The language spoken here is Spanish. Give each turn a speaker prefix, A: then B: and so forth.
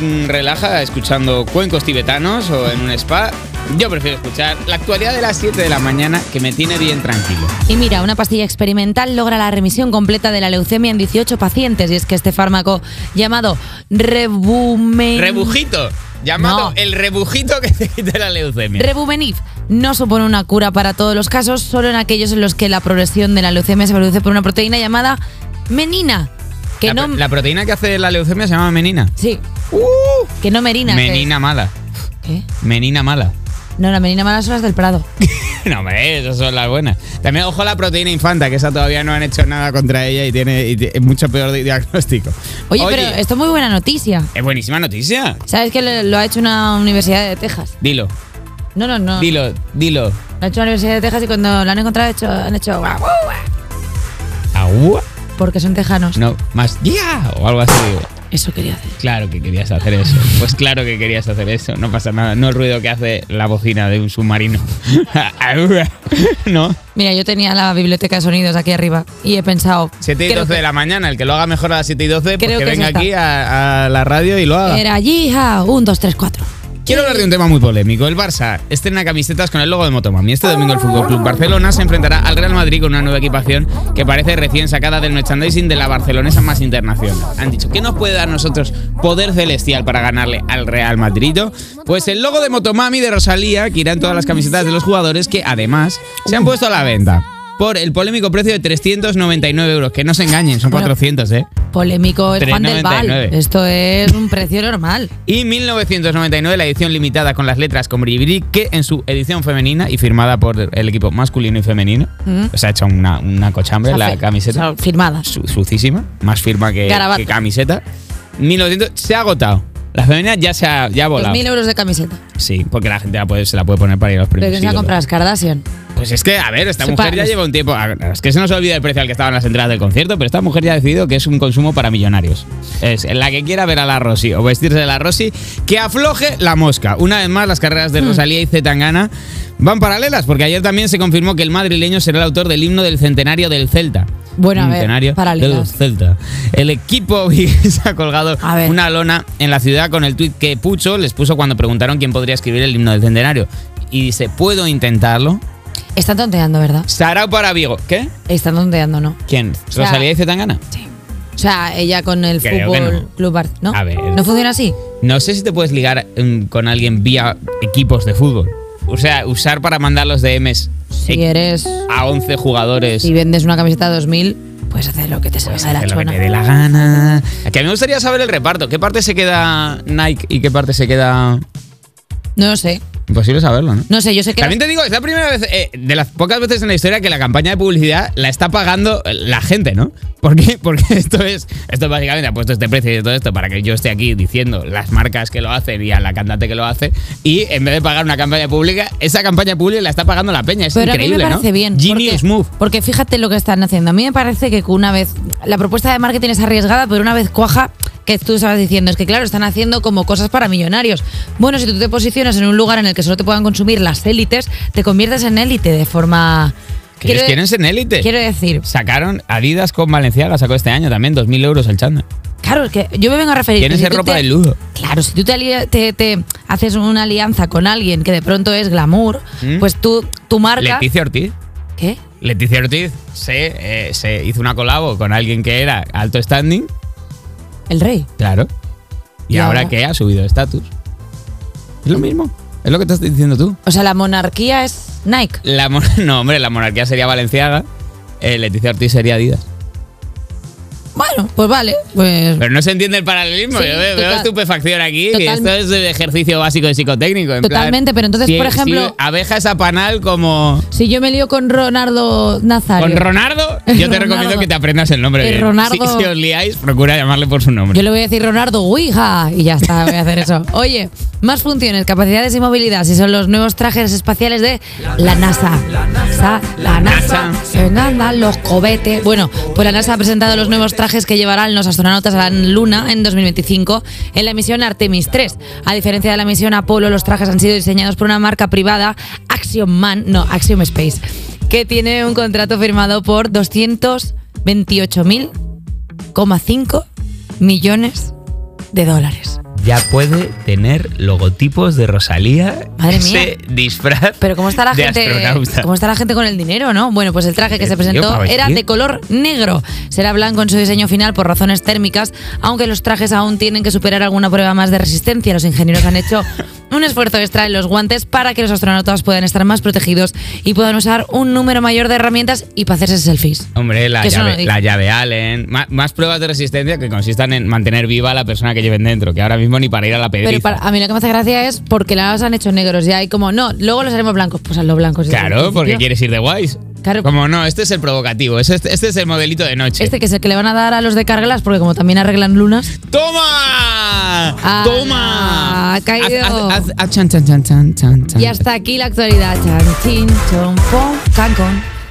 A: mm, relaja escuchando cuencos tibetanos o en un spa. Yo prefiero escuchar la actualidad de las 7 de la mañana que me tiene bien tranquilo.
B: Y mira, una pastilla experimental logra la remisión completa de la leucemia en 18 pacientes. Y es que este fármaco llamado Rebumen...
A: Rebujito, llamado
B: Mm. No.
A: el rebujito que te quita la leucemia.
B: Rebumenif no supone una cura para todos los casos, solo en aquellos en los que la progresión de la leucemia se produce por una proteína llamada menina. Que
A: la,
B: no.
A: la proteína que hace la leucemia se llama menina.
B: sí. que no merina. que-
A: menina mala.
B: ¿Qué?
A: Menina mala.
B: No, la menina malas son las del Prado.
A: No, hombre, esas son las buenas. También, ojo, la proteína infanta, que esa todavía no han hecho nada contra ella y tiene, y tiene mucho peor di- diagnóstico.
B: Oye, pero esto es muy buena noticia.
A: Es buenísima noticia.
B: ¿Sabes que lo, lo ha hecho una universidad de Texas?
A: Dilo,
B: No, no, no.
A: dilo, dilo.
B: Lo ha hecho una universidad de Texas y cuando lo han encontrado ha hecho- han hecho. guau, guau, guau,
A: ¿Agua?
B: Porque son tejanos.
A: No, más ya o algo así.
B: Eso quería hacer.
A: Claro que querías hacer eso. Pues claro que querías hacer eso. No pasa nada. No el ruido que hace la bocina de un submarino. ¿No?
B: Mira, yo tenía la biblioteca de sonidos aquí arriba y he pensado.
A: 7 y
B: creo
A: 12
B: que-
A: de la mañana. El que lo haga mejor a las 7 y 12, pues
B: Creo
A: que
B: que es
A: venga
B: esta.
A: aquí a, a la radio y lo haga.
B: Era Yija, un, dos, tres, cuatro.
A: Quiero hablar de un tema muy polémico. El Barça estrena camisetas con el logo de Motomami. Este domingo el Fútbol Club Barcelona se enfrentará al Real Madrid con una nueva equipación que parece recién sacada del merchandising de la barcelonesa más internacional. Han dicho, ¿qué nos puede dar nosotros poder celestial para ganarle al Real Madrid? Pues el logo de Motomami de Rosalía, que irá en todas las camisetas de los jugadores que además se han puesto a la venta por el polémico precio de 399 euros. Que no se engañen, son
B: Bueno.
A: 400, ¿eh?
B: Polémico es Juan del Val.
A: 3,99.
B: Esto es un precio normal.
A: Y 1999, la edición limitada con las letras con bribri, que en su edición femenina y firmada por el equipo masculino y femenino,
B: Mm.
A: o sea, hecha una, una cochambre
B: O sea,
A: la
B: fe-
A: camiseta,
B: o sea, firmada.
A: su- sucísima, más firma que,
B: Garabato.
A: que camiseta. 1900, se ha agotado. La femenina ya se ha, ya ha volado.
B: 2.000 euros de camiseta.
A: Sí, porque la gente la puede- se la puede poner para ir a los premios.
B: ¿Pero quién se la
A: ídolos.
B: compra? Las Kardashian.
A: Pues es que, a ver, esta
B: Se
A: mujer
B: pa-
A: ya lleva un tiempo. a- Es que se nos olvida el precio al que estaban las entradas del concierto, pero esta mujer ya ha decidido que es un consumo para millonarios. Es la que quiera ver a la Rosy o vestirse de la Rosy, que afloje la mosca. Una vez más, las carreras
B: Hmm.
A: de Rosalía y Zetangana van paralelas, porque ayer también se confirmó que el madrileño será el autor del himno del centenario del Celta.
B: Bueno, a ver,
A: Centenario del
B: paralelas.
A: Celta. El equipo se ha colgado
B: A ver.
A: una lona en la ciudad con el tuit que Pucho les puso cuando preguntaron quién podría escribir el himno del centenario. Y dice, ¿puedo intentarlo?
B: Están tonteando, ¿verdad?
A: Sarao para Vigo. ¿qué?
B: Están tonteando, ¿no?
A: ¿Quién?
B: sea,
A: ¿Rosalía y Zetangana?
B: O sea, ella con el
A: Creo que
B: fútbol
A: no.
B: club Bar- ¿no?
A: A ver.
B: ¿No funciona así?
A: No sé si te puedes ligar mm, con alguien vía equipos de fútbol. O sea, usar para mandar los DMs
B: Si
A: e-
B: eres...
A: a 11 jugadores.
B: Si vendes una camiseta a 2.000, puedes hacer lo que te salga
A: Pues
B: de la
A: hacer lo que
B: chona.
A: te dé la gana. Que a mí me gustaría saber el reparto. ¿Qué parte se queda Nike y qué parte se queda...?
B: No lo sé.
A: Imposible saberlo, ¿no?
B: No sé, yo sé que...
A: También te digo, es la primera vez, eh, de las pocas veces en la historia que la campaña de publicidad la está pagando eh, la gente, ¿no? ¿Por qué? Porque esto es, esto básicamente ha puesto este precio y todo esto para que yo esté aquí diciendo las marcas que lo hacen y a la cantante que lo hace. Y en vez de pagar una campaña pública, esa campaña pública la está pagando la peña. Es
B: Pero
A: increíble,
B: a mí me parece
A: ¿no?
B: bien.
A: Genius
B: porque,
A: move.
B: Porque fíjate lo que están haciendo. A mí me parece que una vez. La propuesta de marketing es arriesgada, pero una vez cuaja, que tú estabas diciendo, es que claro, están haciendo como cosas para millonarios. Bueno, si tú te posicionas en un lugar en el que solo te puedan consumir las élites, te conviertes en élite de forma.
A: Que ellos quieren ser en élite.
B: Quiero decir,
A: Sacaron Adidas con Valenciaga, sacó este año también, 2.000 euros el chándal.
B: claro, es que yo me vengo a referir.
A: Quieren
B: que si
A: ser
B: tú
A: ropa
B: te-
A: de lujo.
B: Claro, si tú te, ali- te- te haces una alianza con alguien que de pronto es glamour,
A: ¿Mm?
B: pues tú, tu marca.
A: Leticia Ortiz.
B: ¿Qué?
A: Leticia Ortiz se, eh, se hizo una colabo con alguien que era alto standing,
B: El rey.
A: claro. Y,
B: Y
A: ahora,
B: ahora-
A: que ha subido de estatus. Es lo mismo. Es lo que te estás diciendo tú.
B: O sea, la monarquía es Nike.
A: La mon- no, hombre, la monarquía sería Valenciaga. eh, Leticia Ortiz sería Adidas.
B: Bueno, pues vale. Pues
A: Pero no se entiende el paralelismo.
B: Sí,
A: Yo veo, veo
B: total-
A: estupefacción aquí. que
B: total-
A: esto es el ejercicio básico de psicotécnico. en plan,
B: Totalmente, pero entonces,
A: si-
B: por ejemplo-
A: si abejas a panal como.
B: si yo me lío con Ronaldo Nazario,
A: Con Ronaldo, yo te
B: Ronaldo.
A: recomiendo que te aprendas el nombre.
B: El
A: bien.
B: Ronaldo-
A: Si, si os liáis, procura llamarle por su nombre.
B: yo le voy a decir Ronaldo Ouija y ya está, voy a hacer eso. Oye, más funciones, capacidades y movilidad, si son los nuevos trajes espaciales de la NASA. Sa- La NASA,
A: NASA.
B: se andan los cohetes. Bueno, pues la NASA ha presentado los nuevos trajes que llevarán los astronautas a la Luna en 2025 en la misión Artemis 3. A diferencia de la misión Apolo, los trajes han sido diseñados por una marca privada, Axiom Man, no, Axiom Space, que tiene un contrato firmado por 228.000,5 millones de dólares.
C: ya puede tener logotipos de Rosalía.
B: Madre
C: ese disfraz.
B: Pero cómo está la
C: de
B: gente,
C: astronauta.
B: cómo está la gente con el dinero, ¿no? Bueno, pues el traje que
C: Eh,
B: se
C: tío,
B: presentó
C: para
B: era
C: vestir.
B: de color negro. Será blanco en su diseño final por razones térmicas, aunque los trajes aún tienen que superar alguna prueba más de resistencia. Los ingenieros han hecho un esfuerzo extra en los guantes para que los astronautas puedan estar más protegidos y puedan usar un número mayor de herramientas y para hacerse selfies.
A: Hombre, la
B: Que eso no
A: llave,
B: lo digo.
A: la llave Allen. Ma- más pruebas de resistencia que consistan en mantener viva a la persona que lleven dentro, que ahora mismo ni para ir a la pedriza.
B: Pero para- a mí lo que me hace gracia es porque las han hecho negros ya y como no, luego los haremos blancos, pues hazlo blancos. desde el
A: Claro, porque
B: principio.
A: quieres ir de guays.
B: Claro.
A: Como no, este es el provocativo, es este, este es el modelito de noche.
B: Este que es el que le van a dar a los de Carglass porque como también arreglan lunas.
A: ¡Toma!
B: Ala,
A: ¡Toma!
B: Ah, ha caído.
A: Haz- haz- haz- ah, chan, chan, chan, chan, chan, chan.
B: Y hasta aquí la actualidad. Chan, chin, chon, pon, can, con.